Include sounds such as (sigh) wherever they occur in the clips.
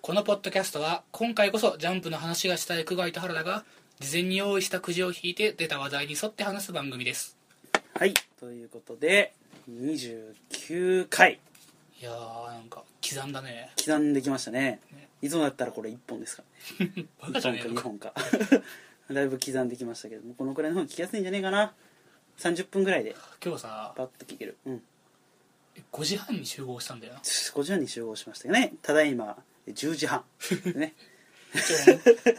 このポッドキャストは今回こそジャンプの話がしたい久我井と原田が事前に用意したくじを引いて出た話題に沿って話す番組ですはいということで29回いやーなんか刻んだね刻んできましたねねいつもだったらこれ1本ですからバねカじゃねえ1の本か2本か (laughs) だいぶ刻んできましたけどもこのくらいの方が聞きやすいんじゃねえかな30分ぐらいで今日さパッと聞けるうん5時半に集合したんだよな5時半に集合しましたよねただいま10時半ね (laughs) ち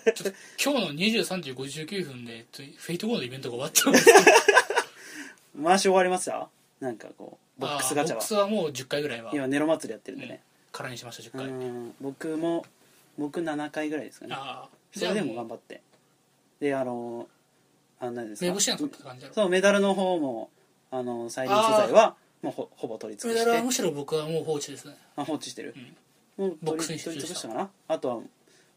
ょちょっと今日の23時59分でちょフェイトゴーのイベントが終わっちゃうんですけど回し終わりましたなんかこ (laughs) うボックスガチャあーボックスははもう10回ぐらいは今ネロ祭りやってるんでうんね、空にしました10う回、ん僕も僕7回ぐらいですかねああそれでも頑張ってであのあの何ですか目星なんかって感じだろそうメダルの方もあの再利用素材はもうほほぼ取り尽メダくしルはてむしろ僕はもう放置ですねあ放置してる、もうボッ取クりスに取り集中尽くししたたかなあとは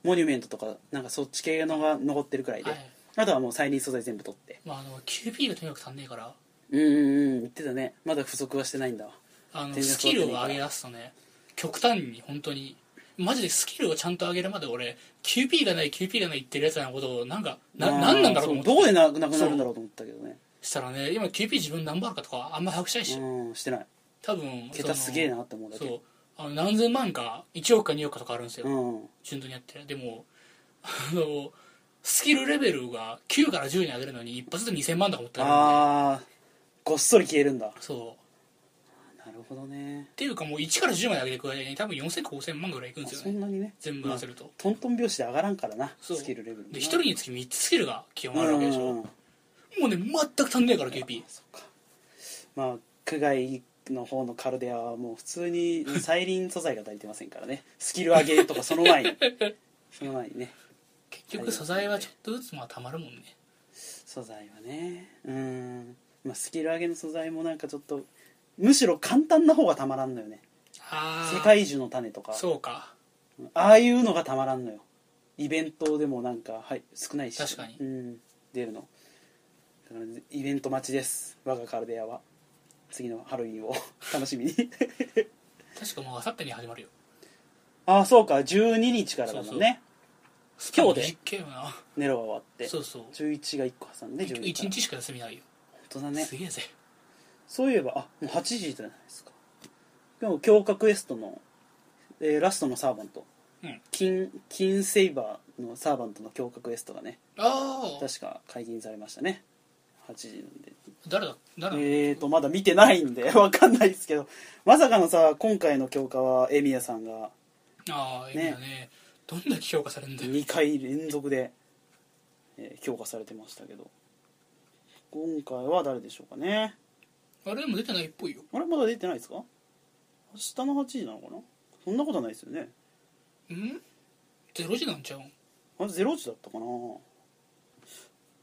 モニュメントとかなんかそっち系のが残ってるくらいで、はいあとはもう再利用素材全部取ってまああの QP がとにかく足んねえからうんうんうん言ってたねまだ不足はしてないんだわあの全然ス育ってキなルいを上げ出すとね極端に本当にマジでスキルをちゃんと上げるまで俺 QP がない QP がない言ってるやつらのことをなんかなあーなんなんだろうと思そっうてどこでなくなくなるんだろうと思ったけどねしたらね今 QP 自分何番あるかとかあんま把握しないし、うんしてない多分そ桁のすげえなって思うだけそうあの何千万か1億か2億かとかあるんですよ、うん順当にやってるでもあのスキルレベルが9から10に上げるのに一発で2000万とか持ってかれるんでああごっそり消えるんだそうなるほどねっていうかもう1から10まで上げていく間に多分4000か5000万ぐらいいくんあですそよねんなにね全部合わせると、トントン拍子で上がらんからなそうスキルレベルもなで1人につき3つスキルが基本あるわけでしうんょもうね全く足んねえから QP そうかまあ区外の方のカルデアはもう普 (laughs) 通に再輪素材が足りてませんからねスキル上げとかその前に (laughs) その前にね結局素材はちょっとずつまあたまるもんね素材はねうん、まあ、スキル上げの素材もなんかちょっとむしろ簡単な方がたまらんのよねああ世界樹の種とかそうかああいうのがたまらんのよイベントでもなんか、はい、少ないし確かにうん、出るのだからイベント待ちです我がカルデアは次のハロウィンを (laughs) 楽しみに確かもうあさってに始まるよああそうか12日からだもんねそうそう今日で実験なネロが終わってそうそう11が1個挟んで1 12日日しか休みないよ、本当だねすげえぜそういえばあもう8時じゃないですかでも強化クエストの、えーラストのサーバントうん金金セイバーのサーバントの強化クエストがねああ確か解禁されましたね8時なんで誰だ誰だ、えーとまだ見てないんで (laughs) わかんないですけどまさかのさ今回の強化はエミヤさんがああいいんねだねどんだけ評価されるんだよ2回連続で、えー強化されてましたけど今回は誰でしょうかねあれでも出てないっぽいよあれまだ出てないですか明日の8時なのかなそんなことはないですよねうんゼロ時なんちゃうんあれ0時だったかな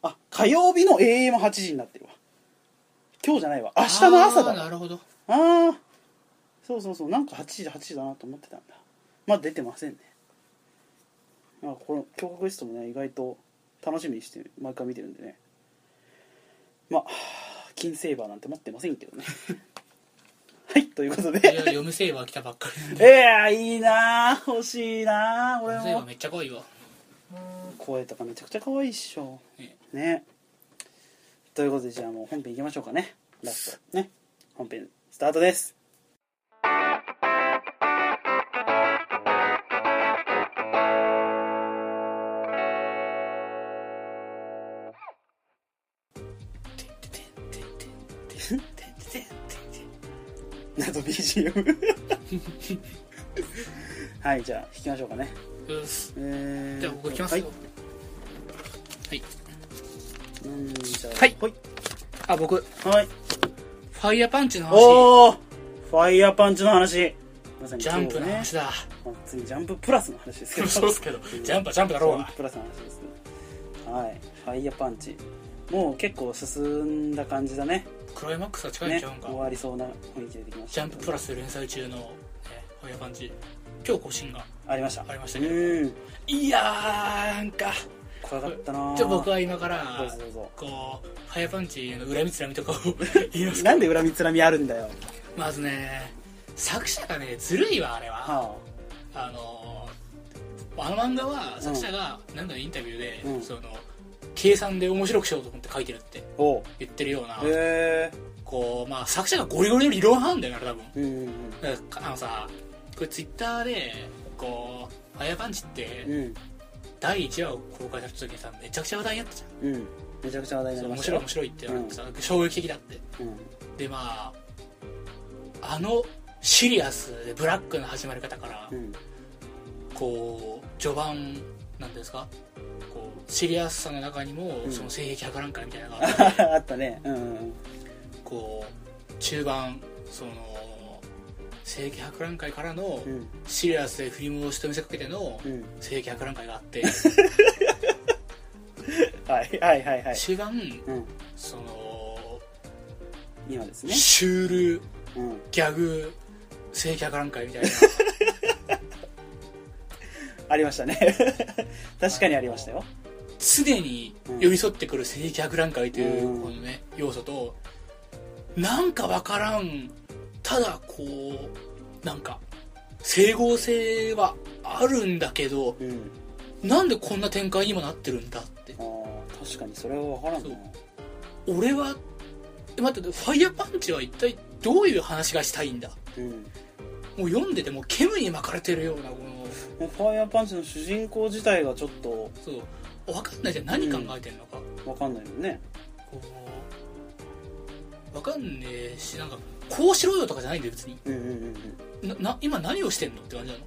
あ火曜日の AM8 時になってるわ今日じゃないわ明日の朝だあーわなるほどああそうそうそうなんか8時8時だなと思ってたんだまだ出てませんねあこの強化リストもね意外と楽しみにして毎回見てるんでねまあ金セーバーなんて持ってませんけどね (laughs) はいということい (laughs) やで嫁セーバー来たばっか (laughs) りなんいでやいいなあ欲しいなあ俺嫁セーバーもめっちゃ怖いわ声とかめちゃくちゃ可愛いっしょねねということでじゃあもう本編いきましょうかねラストね本編スタートです謎 BGM はいじゃあ弾きましょうかねよしえーじゃあ僕行きますよはいはいうんじゃあはいほいあ僕フはいァイヤーパンチの話おおファイヤーパンチの話まさにジャンプのね話だまあ普通にジャンププラスの話ですけど (laughs) そうっすけどジャンプはジャンプだろうがジャンププラスの話ですけどはいファイヤーパンチもう結構進んだ感じだねクライマックスは近いんねちゃうんか終わりそうな雰囲気出てきましジたャンププラス連載中のねファイヤーパンチ今日更新がありましたありましたうけどんいやーなんか怖かったなじゃあ僕は今からどうぞどうぞこうファイヤーパンチの恨みつらみとかを言いますなんで恨みつらみあるんだよまずね作者がねずるいわあれははあのーあの漫画は作者が何だのインタビューで、うんその計算で面白くしようと思って書いてるっておう言ってるような、へえこうまあ、作者がゴリゴリの理論派なんだよな多分うんうんだからあのさこれツイッターでこう「ファイヤーパンチ」ってうん第1話を公開された時にさめちゃくちゃ話題になったじうんうんめちゃくちゃ話題にゃなんり面ました白いよ面白いって言われてさ、衝撃的だってでまああのシリアスでブラックな始まり方から、うんうんこう序盤なんですかこうシリアスさの中にも、うんその性癖博覧会みたいなの (laughs) があって (laughs) あったねうんうんこう中盤その性癖博覧会からのうんシリアスで振り戻しと見せかけてのうん性癖博覧会があ (laughs) って、はいはいはいはい中盤うんその、今ですねシュールうんギャグ性癖博覧会みたいなありましたね (laughs) 確かにありましたよ常に寄り添ってくる性癖博覧会という、うんこのね要素となんかわからんただこうなんか整合性はあるんだけどうんなんでこんな展開にもなってるんだってあー確かにそれは分からんな俺はえ待ってファイヤーパンチは一体どういう話がしたいんだうんもう読んでてもう煙に巻かれてるようなこのもうファイヤーパンチの主人公自体がちょっとそう分かんないじゃん何考えてんのか、分かんないもんねこう分かんねえしなんかこうしろよとかじゃないんだよ別にうんうんうんうんなな今何をしてんのって感じなの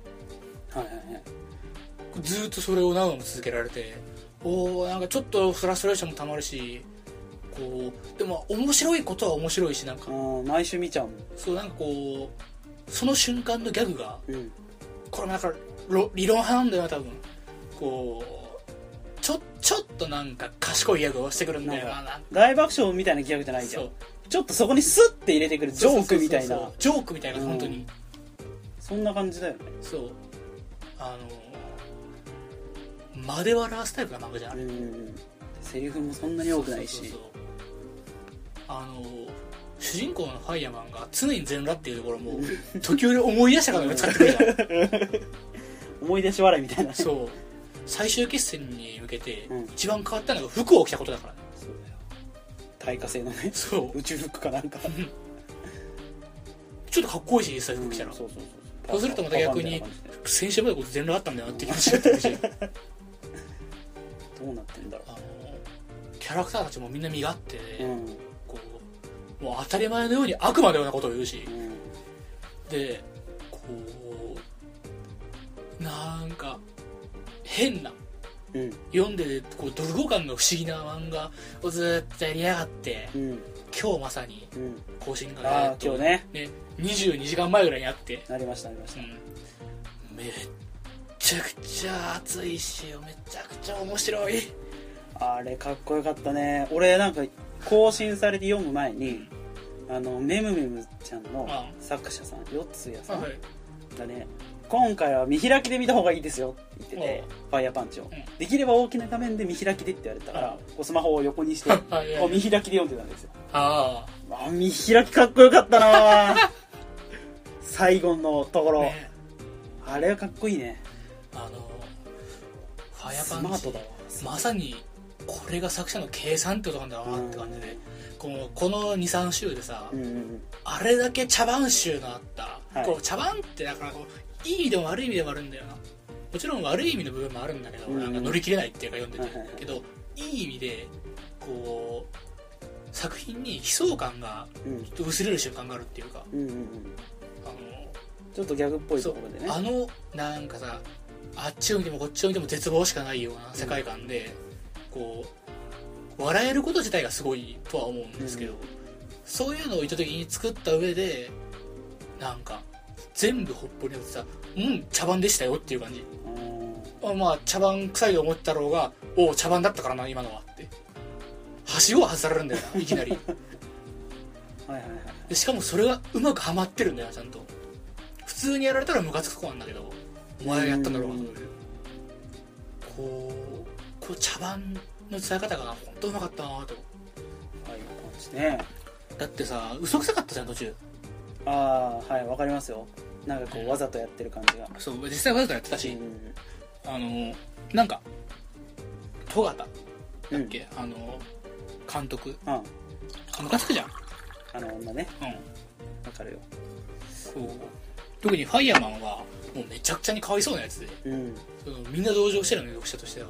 はいはいはいずーっとそれを何話も続けられておおんかちょっとフラストレーションもたまるしこうでも面白いことは面白いしなんあかー毎週見ちゃうもんそうなんかこうその瞬間のギャグがうんこれもなんかろ理論派なんだよな多分こうちょちょっとなんか賢いギャグをしてくるんだよななんか大爆笑みたいな企画じゃないじゃそんうちょっとそこにスッて入れてくるジョークみたいそうそうなそうジョークみたいなうん本当にそんな感じだよねそうあの間で笑わすタイプな漫画じゃうんんあれうんうんセリフもそんなに多くないそうそうしそうあの主人公のファイヤーマンが常に全裸っていうところも時折思い出したかのように使ってくるじゃ (laughs) ん思い出し笑いみたいなそうそう最終決戦に向けてうん一番変わったのが服を着たことだからねだよ耐火性のねそう宇宙服かなんかちょっとかっこいいし実際服着たうらんそうそうそうそうするとまた逆にパパみたいな感先週までこそ全裸あったんだよなって気持ちだったしじでどうなってんだろあのキャラクターたちもみんな身勝手うで、うんこうもう当たり前のように悪魔のようなことを言うしうんでこうなんか変なうん読んでてこうドルゴ感の不思議な漫画をずっとやりやがってうん今日まさにうん更新がああっと今日ねね22時間前ぐらいにあって、なりましたなりましうたん、めっちゃくちゃ熱いしめちゃくちゃ面白いあれかっこよかったね俺なんか更新されて読む前に、あのめむめむちゃんのう作者さん四つやさはんいがね今回は見開きで見た方がいいですよって言ってて「ファイヤーパンチを」んできれば大きな画面で見開きでって言われたからうんこうスマホを横 (laughs) にしてはいはいこう見開きで読んでたんですよああ見開きかっこよかったな (laughs) 最後のとこあ、ろ、ね、あれはかっこいいねあのファイヤースパンチマートだわまさにこれが作者の計算ってことなんだろうなって感じで、このこの23週でさ、うんうんうんあれだけ茶番集があった、はいこう茶番ってだからこういい意味でも悪い意味でもあるんだよなもちろん悪い意味の部分もあるんだけど、うんうんなんか乗り切れないっていうか読んでて、はいはいはいけどいい意味でこう作品に悲壮感がうんちょっと薄れる瞬間があるっていうかうんうんうんあのちょっとギャグっぽいそとうころでねあのなんかさあっちを見てもこっちを見ても絶望しかないような世界観で、こう笑えること自体がすごいとは思うんですけど、うんそういうのを意図的に作った上でなんか全部ほっぽりのさ「うん茶番でしたよ」っていう感じうんあまあ茶番臭いと思ってたろうが「おう茶番だったからな今のは」ってはしごを外されるんだよないきなりはいはいはいでしかもそれがうまくはまってるんだよちゃんと普通にやられたらムカつくとこなんだけどお前がやったんだろうがというこうこう茶番の伝え方が本当うまかったなとああいう感じねだってさ嘘くさかったじゃん途中ああはいわかりますよなんかこうわざとやってる感じがそう実際わざとやってたしうんあのなんか戸方だっけ、あの監督うん、ムカつくじゃん、あの女ねうん、わかるよこう特にファイヤーマンはもうめちゃくちゃにかわいそうなやつでうんそのみんな同情してるのよ読者としては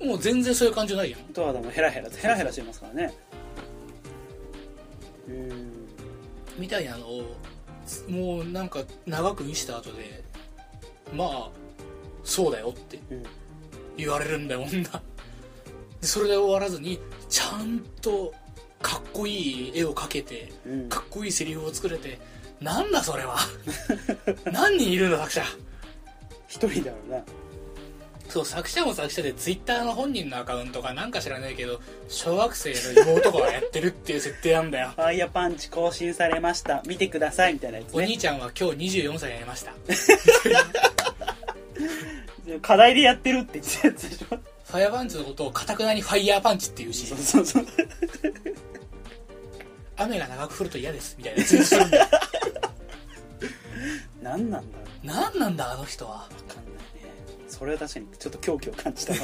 もう全然そういう感じないやんとはでもヘラヘラヘラヘラしてますからねうんみたいなのをもうなんか長く見せた後でまあそうだよってうん言われるんだよ女でそれで終わらずにちゃんとかっこいい絵を描けてうんかっこいいセリフを作れてなんだそれは何人いるんだ作者一人だろうなそう作者も作者でツイッターの本人のアカウントかなんか知らないけど小学生の妹がやってるっていう設定なんだよファイヤーパンチ更新されました見てくださいみたいなやつお兄ねちゃんは今日24歳になりました課題でやってるって言ってたやつでしょファイヤーパンチのことをかたくなにファイヤーパンチっていうしそうそうそう雨が長く降ると嫌ですみたいなツイートするんだよ何なんだろ何なんだあの人はうわかんないねそれは確かにちょっと狂気を感じたわ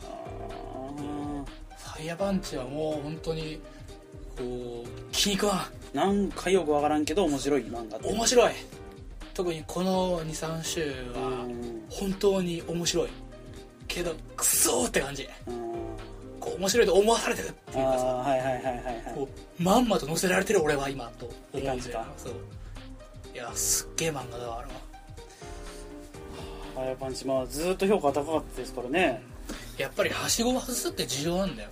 (laughs) はファイヤーパンチはもう本当にこう気に食わんあなんかよくわからんけど面白い漫画って面白い特にこの23週はうん本当に面白いけどクソーって感じうんこう面白いと思わされてるっていうあかさあはいはいはいはいはいこうまんまと乗せられてる俺は今と思うんだよいい感じかそういやすっげえ漫画だわあれはファイヤーパンチまあずーっと評価高かったですからねやっぱりはしごを外すって重要なんだよ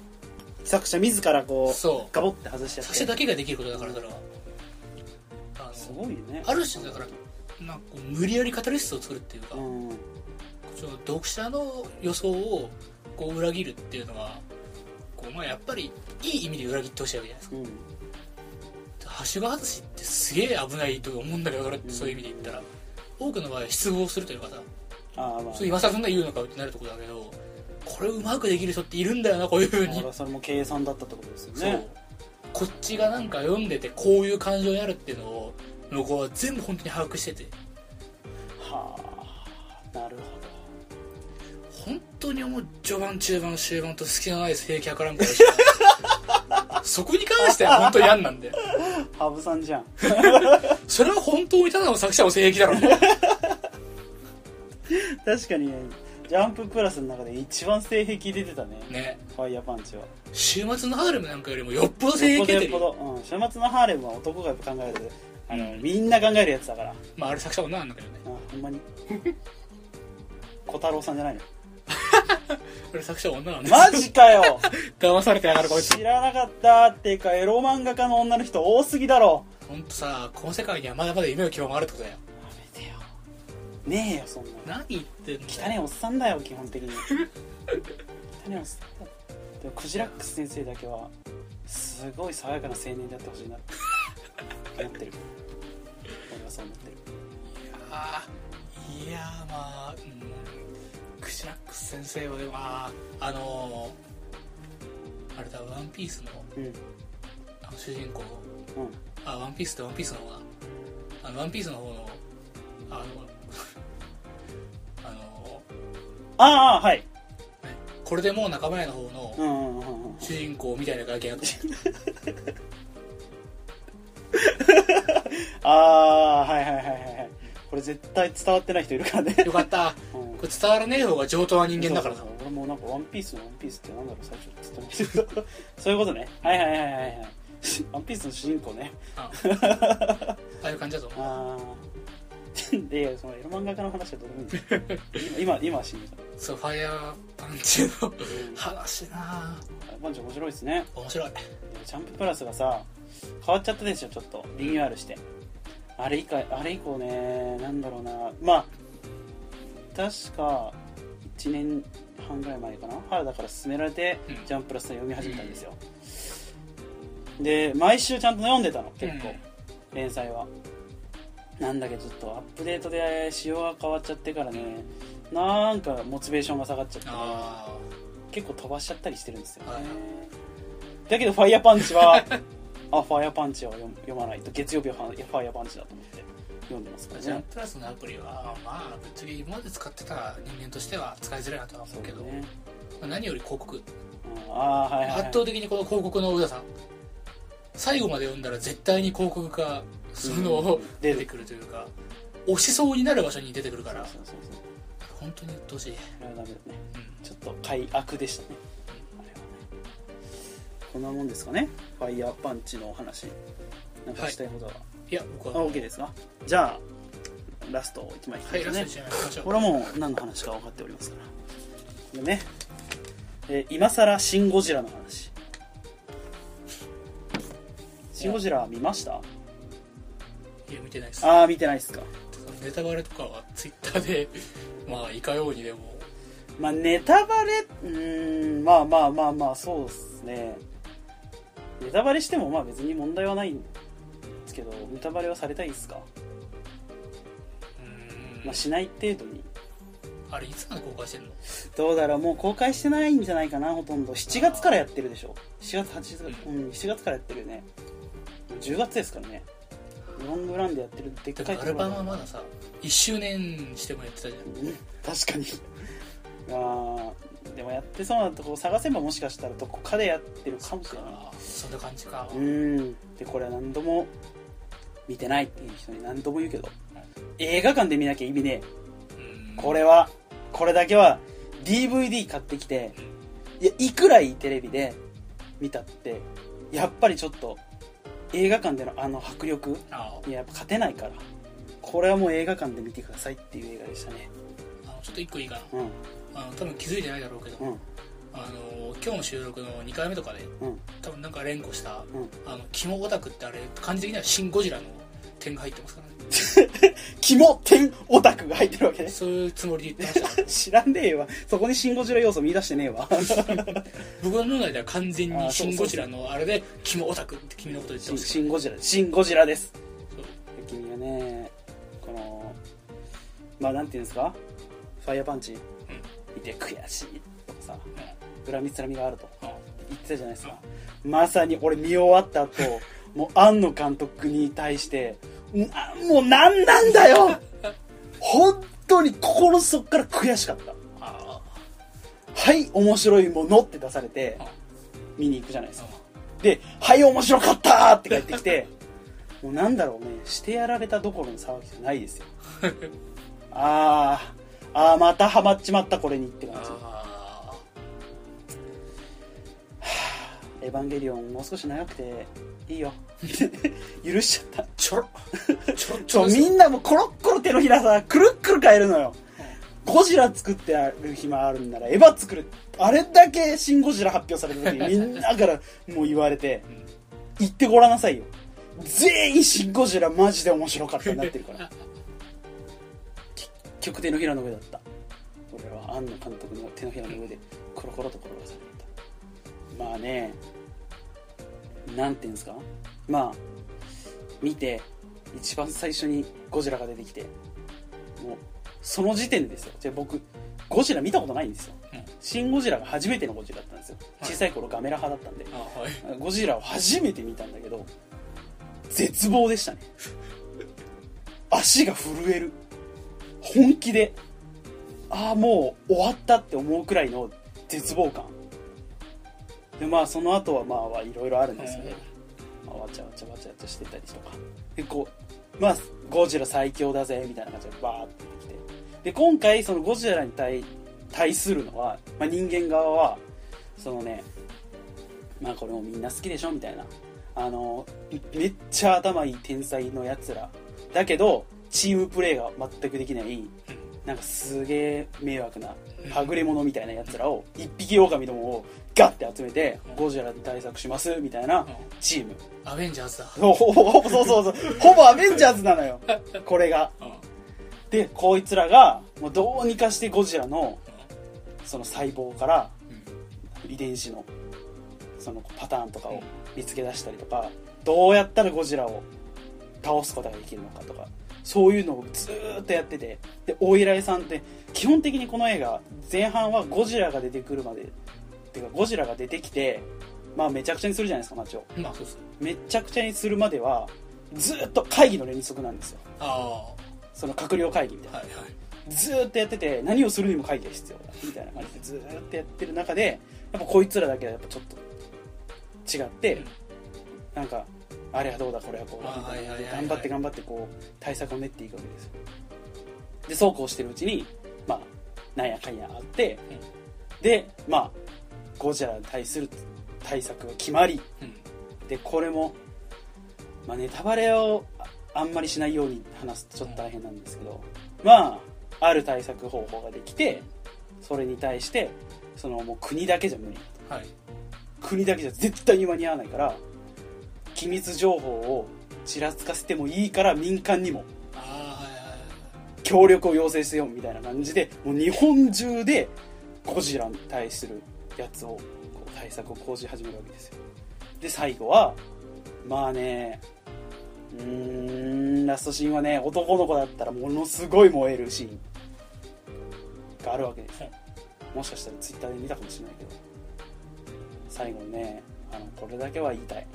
作者自らこうそうガボって外しちゃっ作者てだけができることだからそれはあすのごいよねある種だからなんかこう無理やりカタルシスを作るっていうか、うんその読者の予想をこう裏切るっていうのはこう、まあ、やっぱりいい意味で裏切ってほしいわけじゃないですうんかはしご外しってすげえ危ないと思うんだけど俺ってそういう意味で言ったら多くの場合失望するというかさああまあそう今更そんな言うのかってなるとこだけどこれうまくできる人っているんだよなこういう風に、だからそれも計算だったってことですよそうねこっちがなんか読んでてこういう感情になるっていうのを向こうは全部本当に把握しててはあなるほ本当にもう序盤中盤終盤と隙のない正規博覧会を (laughs) してたそこに関しては本当に嫌なんだよど羽生さんじゃ (laughs) んそれは本当にただの作者の正義だろうね確かにねジャンププラスの中で一番性癖出てたねねファイヤーパンチは週末のハーレムなんかよりもよっぽど正義出てるよっぽよどよっぽど、うん、週末のハーレムは男がやっぱ考えるあの、うんみんな考えるやつだからあまああれ作者女なんだけどねほんま (laughs) に小太郎さんじゃないのあれ作者女なんだマジかよ騙されてやがるこいつ知らなかったっていうかエロ漫画家の女の人多すぎだろ本当さこの世界にはまだまだ夢を希望があるってことだよやめてよねえよそんなの何言ってんの汚ねおっさんだよ基本的に汚ねおっさんだよでもクジラックス先生だけはすごい爽やかな青年であってほしいなって思ってる俺はそう思ってるあーいやーまあ、うん、クシラックス先生はでもあーあのーあれだ「ワンピースのうあの主人公んうんあワンピースってワンピースの方だあのワンピースの方のあのあのああはいねこれでもう仲間やの方のうんうんうんうんうん主人公みたいな外見やったああはいはいはいはいはいこれ絶対伝わってない人いるからねよかったうんこれ伝わらねえ方が上等な人間だからそなうそうそう俺もなんか「ワンピースのワンピースってなんだろう最初って言ってたけど (laughs) そういうことねはいはいはいはいはいワンピースの主人公ね (laughs) あああいう感じだと思うああ (laughs) でそのエロ漫画家の話はどうでもいい今今今は死んでたそうファイヤーパンチの話なあパンチ面白いですね面白いジャンププラスがさ変わっちゃったでしょちょっとリニューアルして、あれ以降あれ以降ねなんだろうなまあ確か1年半ぐらい前かな原田から勧められて、うんジャンププラスを読み始めたんですよ、で毎週ちゃんと読んでたの結構、連載はなんだけどちょっとアップデートで仕様が変わっちゃってからねなんかモチベーションが下がっちゃってねあ結構飛ばしちゃったりしてるんですよ、ねはいだけど「ファイヤ (laughs) ーパンチはあファイヤーパンチは読む読まないと月曜日はファイヤーパンチだと思ってあ読んでますからジャンねプラスのアプリはまあぶっちゃけ今まで使ってた人間としては使いづらいなとは思うけど、ねまあ何より広告、ああはいはい、はい、圧倒的にこの広告の宇田さん最後まで読んだら絶対に広告化するのをうん出てくるというか押しそうになる場所に出てくるからそうそうそう本当に鬱陶しい、あれはダメだねうんちょっと快悪でしたねあれはねこんなもんですかねファイヤーパンチのお話なんかしたいことは、いや僕あは OK ですかじゃあラストいきまはいしラょスうトねにしましょうこれはもう何の話か分かっておりますからでね、えー今さら「シン・ゴジラ」の話シン・ゴジラ見ましたいや見てないですああ見てないっすかネタバレとかはツイッターでまあいかようにでもまあネタバレうーんまあまあまあまあそうっすねネタバレしてもまあ別に問題はないんですけどネタバレはされたいっすか、うーんまあ、しない程度にあれいつまで公開してんのどうだろうもう公開してないんじゃないかなほとんど7月からやってるでしょ7月8月うん7月からやってるよね10月ですからねロングランでやってるでっだかかいらアルバムはだまださ1周年してもやってたじゃんうん確かにあーでもやってそうなとこ探せばもしかしたらどこかでやってるかもしれないあそんな感じか、うんでこれは何度も見てないっていう人に何度も言うけど映画館で見なきゃ意味ねえうんこれはこれだけは DVD 買ってきていやいくらいいテレビで見たってやっぱりちょっと映画館でのあの迫力あいややっぱ勝てないからこれはもう映画館で見てくださいっていう映画でしたねあのちょっと一個いいかなうんあの多分気づいてないだろうけど、うんあの今日の収録の2回目とかでうん多分なんか連呼した、うんあのキモオタクってあれ漢字的には「シン・ゴジラ」の点が入ってますからねキモ天オタクが入ってるわけねそういうつもりで言ってました (laughs) 知らんねえわそこにシン・ゴジラ要素見出してねえわ僕の脳内では完全にあ「そシうン・ゴジラ」のあれで「キモオタク」って君のこと言ってシンましたシン・ゴジラシン・ゴジラですそう君がねこのまあなんていうんですかファイヤーパンチ見て悔しいとかさ恨みつらみがあるとあ言ってたじゃないですかまさに俺見終わった (laughs) 後もう庵野監督に対してなもうなんなんだよ (laughs) 本当に心の底から悔しかったあはい面白いものって出されてあ見に行くじゃないですかあで「はい面白かった!」って帰ってきてもうなんだろうねしてやられたどころの騒ぎじゃな (laughs) いですよあーあーまたハマっちまったこれにって感じあ「エヴァンゲリオン」もう少し長くていいよ (laughs) 許しちゃったちょろちょろちょそうろみんなもうコロッコロ手のひらさくるっくる変えるのよゴジラ作ってある暇あるんならエヴァ作るあれだけ「シン・ゴジラ」発表された時にみんなからもう言われてん言ってごらんなさいよ全員「シン・ゴジラ」マジで面白かったになってるから結局手のひらの上だった俺は庵野監督の手のひらの上でコロコロと転がされたまあねなんていうんですかまあ見て一番最初にゴジラが出てきてもうその時点でですよじゃあ僕ゴジラ見たことないんですよ、うんシン・ゴジラが初めてのゴジラだったんですよはい小さい頃ガメラ派だったんで、あはいゴジラを初めて見たんだけど絶望でしたね足が震える本気でああもう終わったって思うくらいの絶望感でまあその後はまあいろいろあるんですけど、まあわちゃわちゃわちゃわちゃしてたりとかでこうまあゴジラ最強だぜみたいな感じでバーって出てきてで今回そのゴジラに対対するのは、まあ、人間側はそのねまあこれもみんな好きでしょみたいなあのめっちゃ頭いい天才のやつらだけどチームプレーが全くできないなんかすげえ迷惑なはぐれ者みたいなやつらを一匹狼どもをガッて集めてゴジラに対策しますみたいなチームアベンジャーズだそうほぼほぼそうそうそうほぼアベンジャーズなのよこれがうんうんでこいつらがもうどうにかしてゴジラのその細胞から遺伝子のそのパターンとかを見つけ出したりとかどうやったらゴジラを倒すことができるのかとかそういうのをずーっとやっててでお依頼さんって基本的にこの映画前半はゴジラが出てくるまでっていうかゴジラが出てきてまあめちゃくちゃにするじゃないですか街をうんまあそうそうめちゃくちゃにするまではずーっと会議の連続なんですよああその閣僚会議みたいなはいはいずーっとやってて何をするにも会議が必要だみたいな感じでずーっとやってる中でやっぱこいつらだけはやっぱちょっと違って、うんなんかあれはどうだこれはこうだあみたいなはいはいはいはい頑張って頑張ってこう対策を練っていくわけですよでそうこうしてるうちにまあなんやかんやあって、でまあゴジラに対する対策が決まりうんでこれも、まあ、ネタバレをああんまりしないように話すとちょっと大変なんですけど、まあある対策方法ができてそれに対してそのもう国だけじゃ無理はい国だけじゃ絶対に間に合わないから機密情報をちらつかせてもいいから民間にもあ協力を要請してよみたいな感じでもう日本中でゴジラに対するやつをこう対策を講じ始めるわけですよで最後はまあねうーんラストシーンはね男の子だったらものすごい燃えるシーンがあるわけですよもしかしたらツイッターで見たかもしれないけど最後にねあのこれだけは言いたい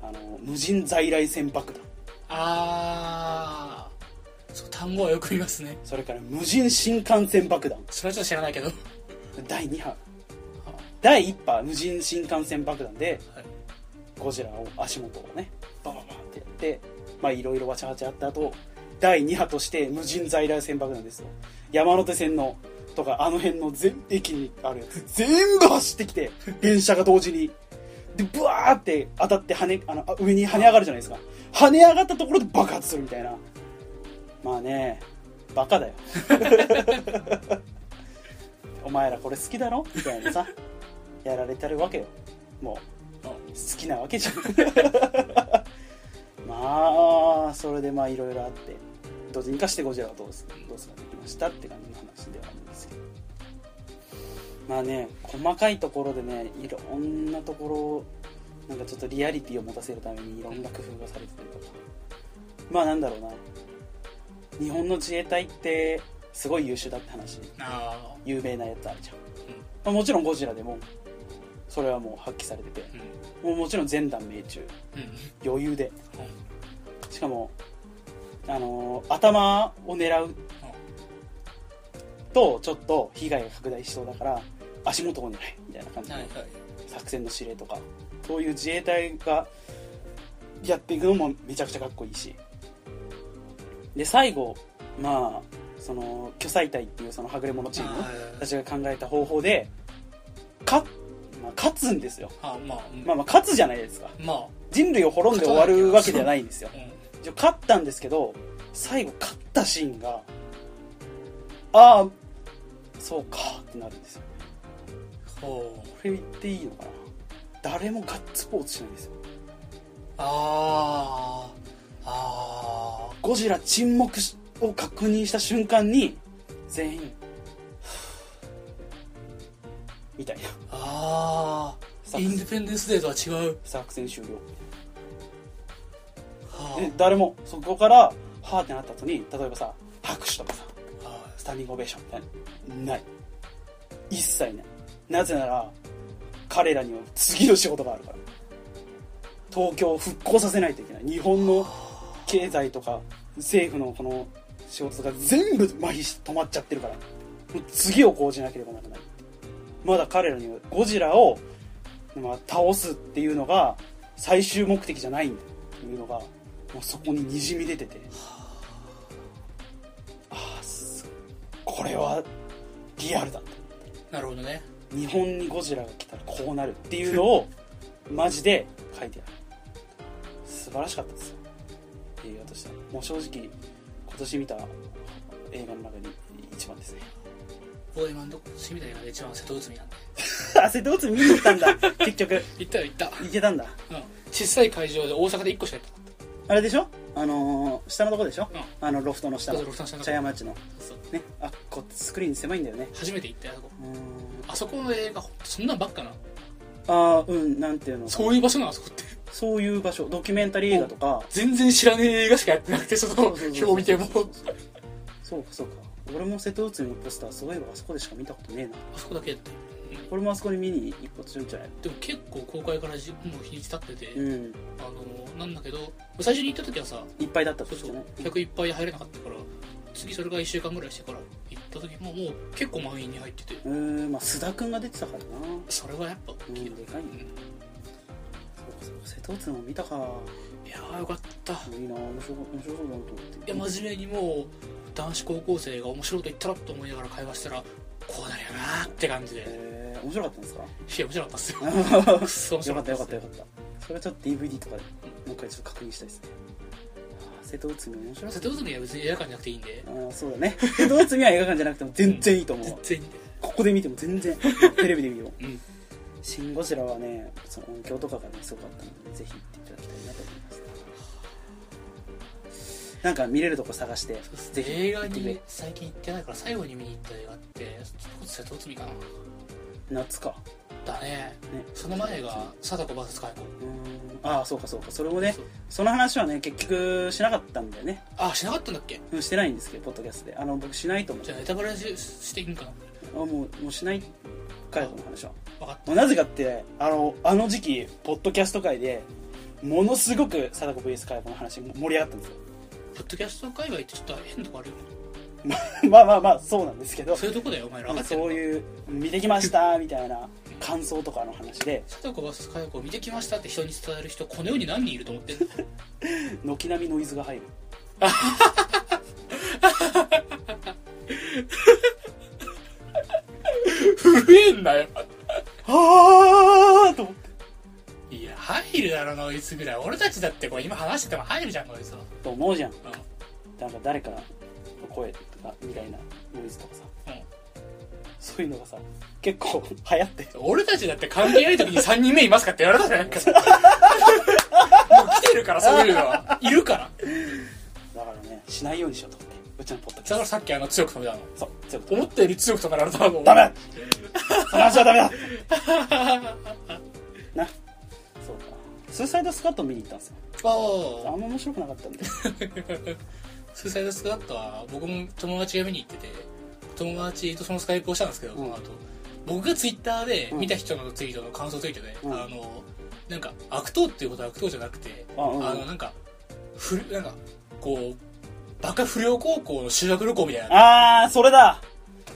あの無人在来船爆弾あああそう単語はよく見ますねそれから無人新幹線爆弾それはちょっと知らないけど第2波第1波無人新幹線爆弾ではいゴジラを足元をねバババンってやってまあいろいろわちゃわちゃあった後第2波として無人在来線爆弾ですよ山手線のとかあの辺の全駅にあるやつ全部走ってきて電車が同時にでブワーって当たって跳ねあのあ上に跳ね上がるじゃないですか跳ね上がったところで爆発するみたいなまあねバカだよ (laughs) お前らこれ好きだろみたいなさやられてるわけよもうあ好きなわけじゃん (laughs) まあそれでまあいろいろあってどうにかしてゴジラはどうすどうすらできましたって感じの話ではあるんですけどまあね細かいところでねいろんなところをなんかちょっとリアリティを持たせるためにいろんな工夫がされてたりとかまあなんだろうな日本の自衛隊ってすごい優秀だって話あ有名なやつあるじゃん、うんまあ、もちろんゴジラでもそれはもう発揮されててうんもうもちろん全弾命中うん余裕でうんしかも、あのー頭を狙うとちょっと被害が拡大しそうだから足元を狙いみたいな感じはいのはい作戦の指令とかそういう自衛隊がやっていくのもめちゃくちゃかっこいいしで最後まあその巨彩隊っていうそのはぐれ者チームあ私が考えた方法で勝,、まあ、勝つんですよああまあうんまあまあ勝つじゃないですかまあ人類を滅んで終わるわけじゃないんですようん一応勝ったんですけど最後勝ったシーンがああそうかってなるんですよほうこれ言っていいのかな誰もガッツポーズしないんですよあああゴジラ沈黙しを確認した瞬間に全員はぁみたいなあああインデ作ィペンデンス・デーとは違う作戦終了では誰もそこからはあってなった後に例えばさ拍手とかさあはスタンディングオベーションみたいなない一切ないなぜなら彼らには次の仕事があるから東京を復興させないといけない日本の経済とか政府のこの仕事とか全部麻痺して止まっちゃってるからもう次を講じなければならないまだ彼らにはゴジラを、まあ、倒すっていうのが最終目的じゃないんだっていうのがもうそこににじみ出ててああすこれはリアルだといなるほどね日本にゴジラが来たらこうなるっていうの (laughs) をマジで書いてある素晴らしかったですよ映画としてはもう正直今年見た映画の中に一番ですね僕は今のとこ趣味だ映画で一番瀬戸内海なんで (laughs) あ瀬戸内見に行ったんだ (laughs) 結局行ったよ行った行けたんだうん小さい会場で大阪で1個しかやってなかっあれでしょあのー下のとこでしょ、うんあのロフトの下のそうそうロフトの下の茶屋町のたそうねあこスクリーン狭いんだよね初めて行ったよあそこうーあんそこの映画そんなんばっかなああうんなんていうのかなそういう場所なのあそこってそういう場所ドキュメンタリー映画とか全然知らねえ映画しかやってなくてその表見てもそうかそうか俺も瀬戸内のポスターそういえばあそこでしか見たことねえなあそこだけやったこれもあそこに見に一発ちょいちょいでも結構公開からじもう日にち経ってて、うんあのなんだけど最初に行った時はさいっぱいだったとそうしそてねう客いっぱい入れなかったから次それが1週間ぐらいしてから行った時ももう結構満員に入っててうーんまあ須田君が出てたからなそれはやっぱう大んきいでよ、かいねそうそう瀬戸内も見たかいやーよかったいいいな面白か面白そうだなと思ってや真面目にもう男子高校生が面白いこと言ったらと思いながら会話したらこうなるよなーって感じでいやえー面白かったんですか面白かったっすよくっそ面よ白かかっったたっよかっすたよかったそれはちょっと DVD とかでもう一回ちょっと確認したいですねあー瀬戸内も面白か瀬っ戸内海は別に映画館じゃなくていいんでたあーそうだね瀬戸内海は映画館じゃなくても全然いいと思うわ全然いいんでここで見ても (laughs) 全然テレビで見よううん「シン・ゴジラ」はねその音響とかがねすごかったのでぜひ行っていただきたいなと思いますなんか見れるとこ探してぜひ映画行ってくにれ最近行ってないから最後に見に行った映画って瀬戸内海かな夏かだねねその前が貞子 VS カイコうーんああそうかそうかそれもねそうその話はね結局しなかったんだよねあしなかったんだっけうんしてないんですけどポッドキャストであの僕しないと思うじゃあネタバレししていいんかなあもうもうしないかよこの話は分かっなぜかってあのあの時期ポッドキャスト界でものすごく貞子 VS カイコの話盛り上がったんですよたポッドキャスト界隈ってちょっと変なとこあるよ (laughs) まあまあまあそうなんですけどそういうとこだよお前ら分かってるそういう見てきましたみたいな感想とかの話で貞子 VS カイコを見てきましたって人に伝える人この世に何人いると思ってんの軒並みノイズが入る震えんなよはあと思っていや入るだろノイズぐらい俺たちだってこう今話してても入るじゃんノイズはと思うじゃんうんなんか誰かの声とかみたいなノイズとかさうんそういうのがさ結構流行って俺たちだって関係ない時に3人目いますかって言われたじゃないかもう来てるからそういうの (laughs) はいるからだからねしないようにしようと思ってうちのポッドだキャからスさっきあの強く止めたのトそう強く思ったより強く止められたのダメその話はダメだ (laughs) なそうかスーサイドスカット見に行ったんですよあああんま面白くなかったんでスーサイドスカットは僕も友達が見に行ってて友達とそのスカイプをしたんですけど、うんその後僕がツイッターでうん見た人のツイートの感想ツイートで、うんあのなんか悪党っていうことは悪党じゃなくてあうんうんあのなんかふるなんかこうバカ不良高校の修学旅行みたいなああそれだ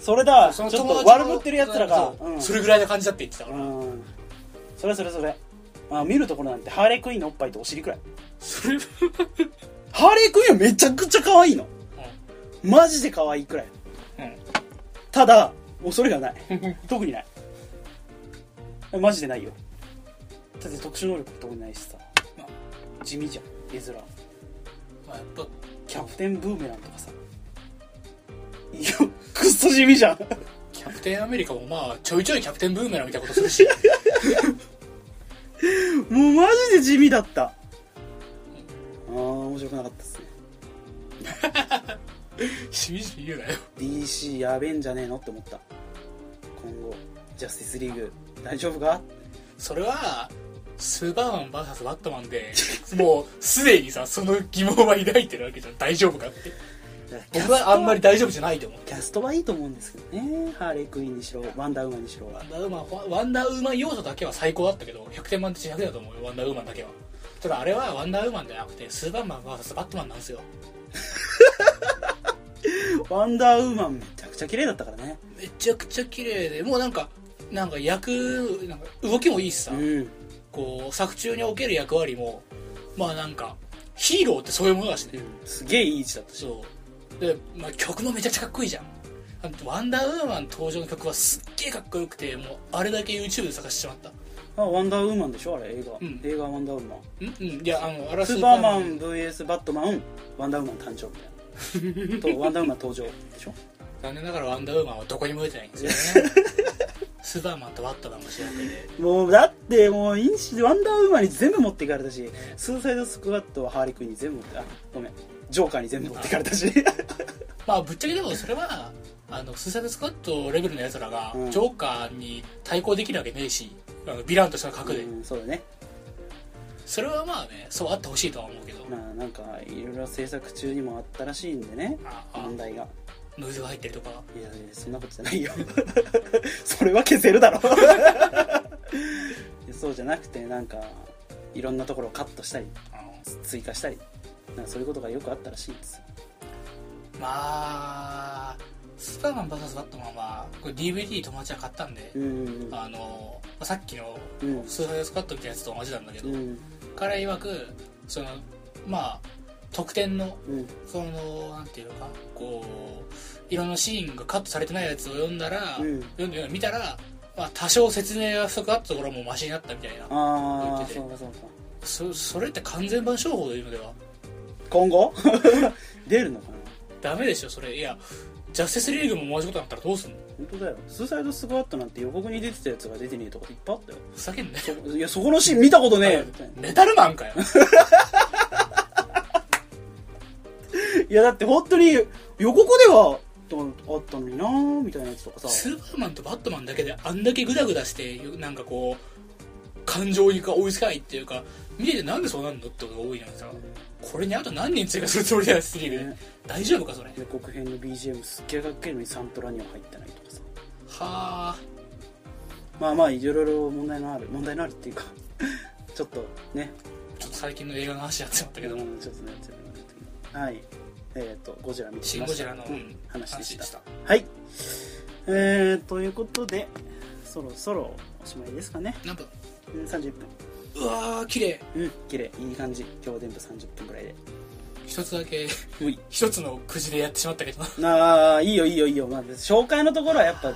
それだわちそょのっと友達の悪ぶってるやつらがそううんそれぐらいな感じだって言ってたかうら、んそれそれそれあ見るところなんてハーレークイーンのおっぱいとお尻くらいそれハーレークイーンはめちゃくちゃ可愛いのマジで可愛いくらいただ恐れがない (laughs) 特にないマジでないよだって特殊能力も特にないしさま地味じゃん絵面まあやっぱキャプテンブーメランとかさいやくっそ地味じゃんキャプテンアメリカもまあちょいちょいキャプテンブーメランみたいなことする (laughs) しもうマジで地味だったああ面白くなかったですねしみじみ言うなよ DC やべえんじゃねえのって思った今後ジャスティスリーグ大丈夫かそれはスーパーマン VS バットマンでもうすでにさその疑問は抱いてるわけじゃん大丈夫かって僕はあんまり大丈夫じゃないと思うキャストはいいと思うんですけどねハーレークイーンにしろワンダーウーマンにしろワンダーウーマンワンダーウーマン要素だけは最高だったけど100点満点100だと思うよワンダーウーマンだけはただあれはワンダーウーマンじゃなくてスーパーマン VS バットマンなんですよワンダーウーマンめちゃくちゃ綺麗だったからねめちゃくちゃ綺麗でもうなんかなんか役なんか動きもいいしさ、うんこう作中における役割もまあなんかヒーローってそういうものだしね、すげえいい位置だったしそうで、まあ、曲もめちゃくちゃかっこいいじゃんあのワンダーウーマン登場の曲はすっげえかっこよくてもうあれだけ YouTube で探してしまったあワンダーウーマンでしょあれ映画、うん映画ワンダーウーマンうんうんいやあのあれはスーパーマスン VS バットマンワンダーウーマン誕生みたいなとワンダーウーマン登場でしょ残念ながらワンダーウーマンはどこにも出てないんです (laughs) よねスーパーマンとバットマンが主役でもうだってもうインシワンダーウーマンに全部持っていかれたしスーサイドスクワットはハーリクイーンに全部持ってあごめんジョーカーに全部持っていかれたしまあぶっちゃけでもそれはあのスーサイドスカットレベルのやつらがうんジョーカーに対抗できるわけねえし、あのヴィランとしての核で、うんそうだねそれはまあねそうあってほしいとは思うけど、まあなんかいろいろ制作中にもあったらしいんでねああ問題がノイズが入ったりとかいやいやそんなことじゃないよ (laughs) それは消せるだろ (laughs) いやそうじゃなくてなんかいろんなところをカットしたり追加したりなんかそういうことがよくあったらしいですまあスーパーマン VS バットマンはこれ DVD 友達が買ったんでう、んあのさっきのうんスーサイドスカットみたいなやつと同じなんだけど、うん彼曰くそのまあ特典のうんそのなんていうのかこういろんなシーンがカットされてないやつを読んだら、うん読んで見たら、まあ、多少説明が不足あったところはもうマシになったみたいなあ置あいててそうかそうかそそれって完全版商法でいうのでは今後 (laughs) 出るのかなダメでしょそれいやジャスティスリーグも同じことになったらどうすんの本当だよスーサイドスクワットなんて予告に出てたやつが出てねえとかいっぱいあったよふざけんなよそいやそこのシーン見たことねえよみたいなメタルマンかよいやだって本当に予告ではあったのになーみたいなやつとかさスーパーマンとバットマンだけであんだけグダグダしてなんかこう感情に追いつかないっていうか見ててなんでそうなんのってことが多いのにさこれにあと何人追加するつもりだよスリーグでね大丈夫かそれは予告編の BGM すっげえかっけえのにサントラには入ってないとかさあまあまあいろいろ問題のある問題のあるっていうか (laughs) ちょっとねちょっと最近の映画の話やってしまったけどもうんちょっとねはいえっ、とゴジラ見てきシン・まゴしジたラの、うん話でした話はいえー、ということでそろそろおしまいですかね何分うん30分うわー綺麗うん綺麗いい感じ今日は全部30分ぐらいで一つだけうい一つのくじでやってしまった (laughs) けどああいいよいいよいいよ、まあ、紹介のところはやっぱ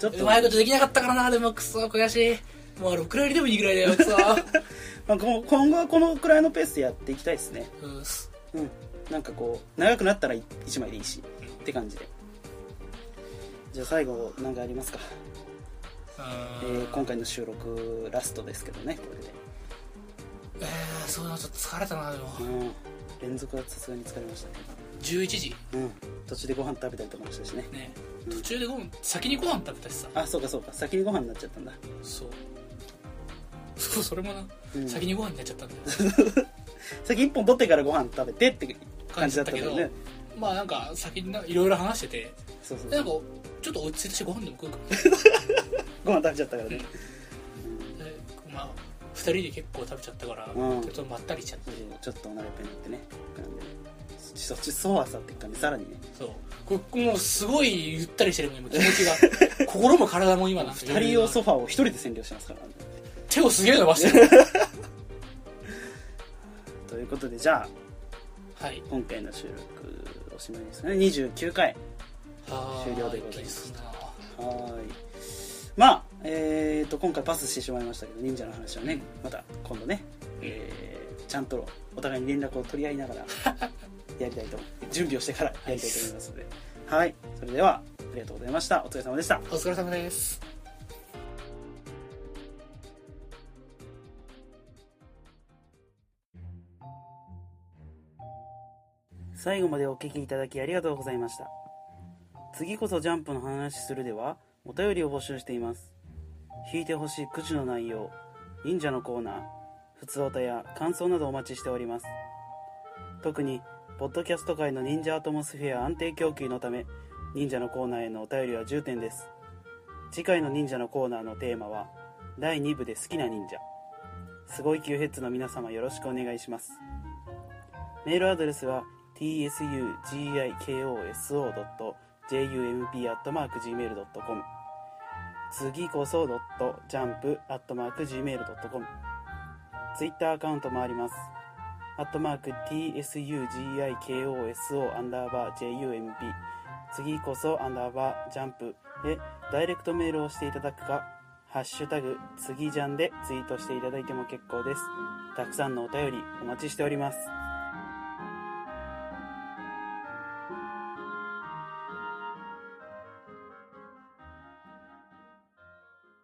ちょっうとまいことできなかったからなでもクソ悔しいもう6割でもいいぐらいだよ (laughs) クソまあ、こう今後はこのくらいのペースでやっていきたいですねうっすうんなんかこう長くなったら1枚でいいしって感じでじゃあ最後何かありますか、うえーんー今回の収録ラストですけどねこえれー、そういうのちょっと疲れたなでもで、うん、連続はさすがに疲れましたね11時うん途中でご飯食べたりとかもしたしねねうん途中でご飯先にご飯食べたしさあそうかそうか先にご飯になっちゃったんだそうそうそれもな、うん先にご飯になっちゃったんだよ先1本取ってからご飯食べてって (laughs) 感じだったけど感じだねったまあなんか先にないろいろ話しててそうそうそなうんかちょっと落ち着いたしご飯でも食うかご飯食べちゃったからね、でまあ2人で結構食べちゃったから、うんちょっとまったりしちゃってうんちょっとお鍋ペンってねなんでそっちそうあさって感じさらにねそうこれもうすごいゆったりしてるのにもう気持ち (laughs) が心も体も今なんか2人用ソファーを1人で占領してますから、ね、手をすげえ伸ばしてるということでじゃあはい今回の収録おしまいですかね29回はー終了でございま気にすんすなはーいまあえー、と今回パスしてしまいましたけど忍者の話はねまた今度ね、えーちゃんとお互いに連絡を取り合いながら (laughs) やりたいと準備をしてからやりたいと思いますのではいそれではありがとうございましたお疲れ様でしたお疲れ様です最後までお聞きいただきありがとうございました次こそジャンプの話するではお便りを募集しています引いてほしいくじの内容忍者のコーナーふつおたや感想などお待ちしております特にポッドキャスト界の忍者アトモスフェア安定供給のため忍者のコーナーへのお便りは重点です次回の忍者のコーナーのテーマは第2部で好きな忍者すごい級ヘッズの皆様よろしくお願いしますメールアドレスは tsugikoso.jump.gmail.com 次こそ .jump.gmail.com ツイッターアカウントもあります。アットマーク tsugikoso アンダーバー jump 次こそアンダーバージャンプでダイレクトメールをしていただくか、ハッシュタグ次ジャンでツイートしていただいても結構です。たくさんのお便りお待ちしております。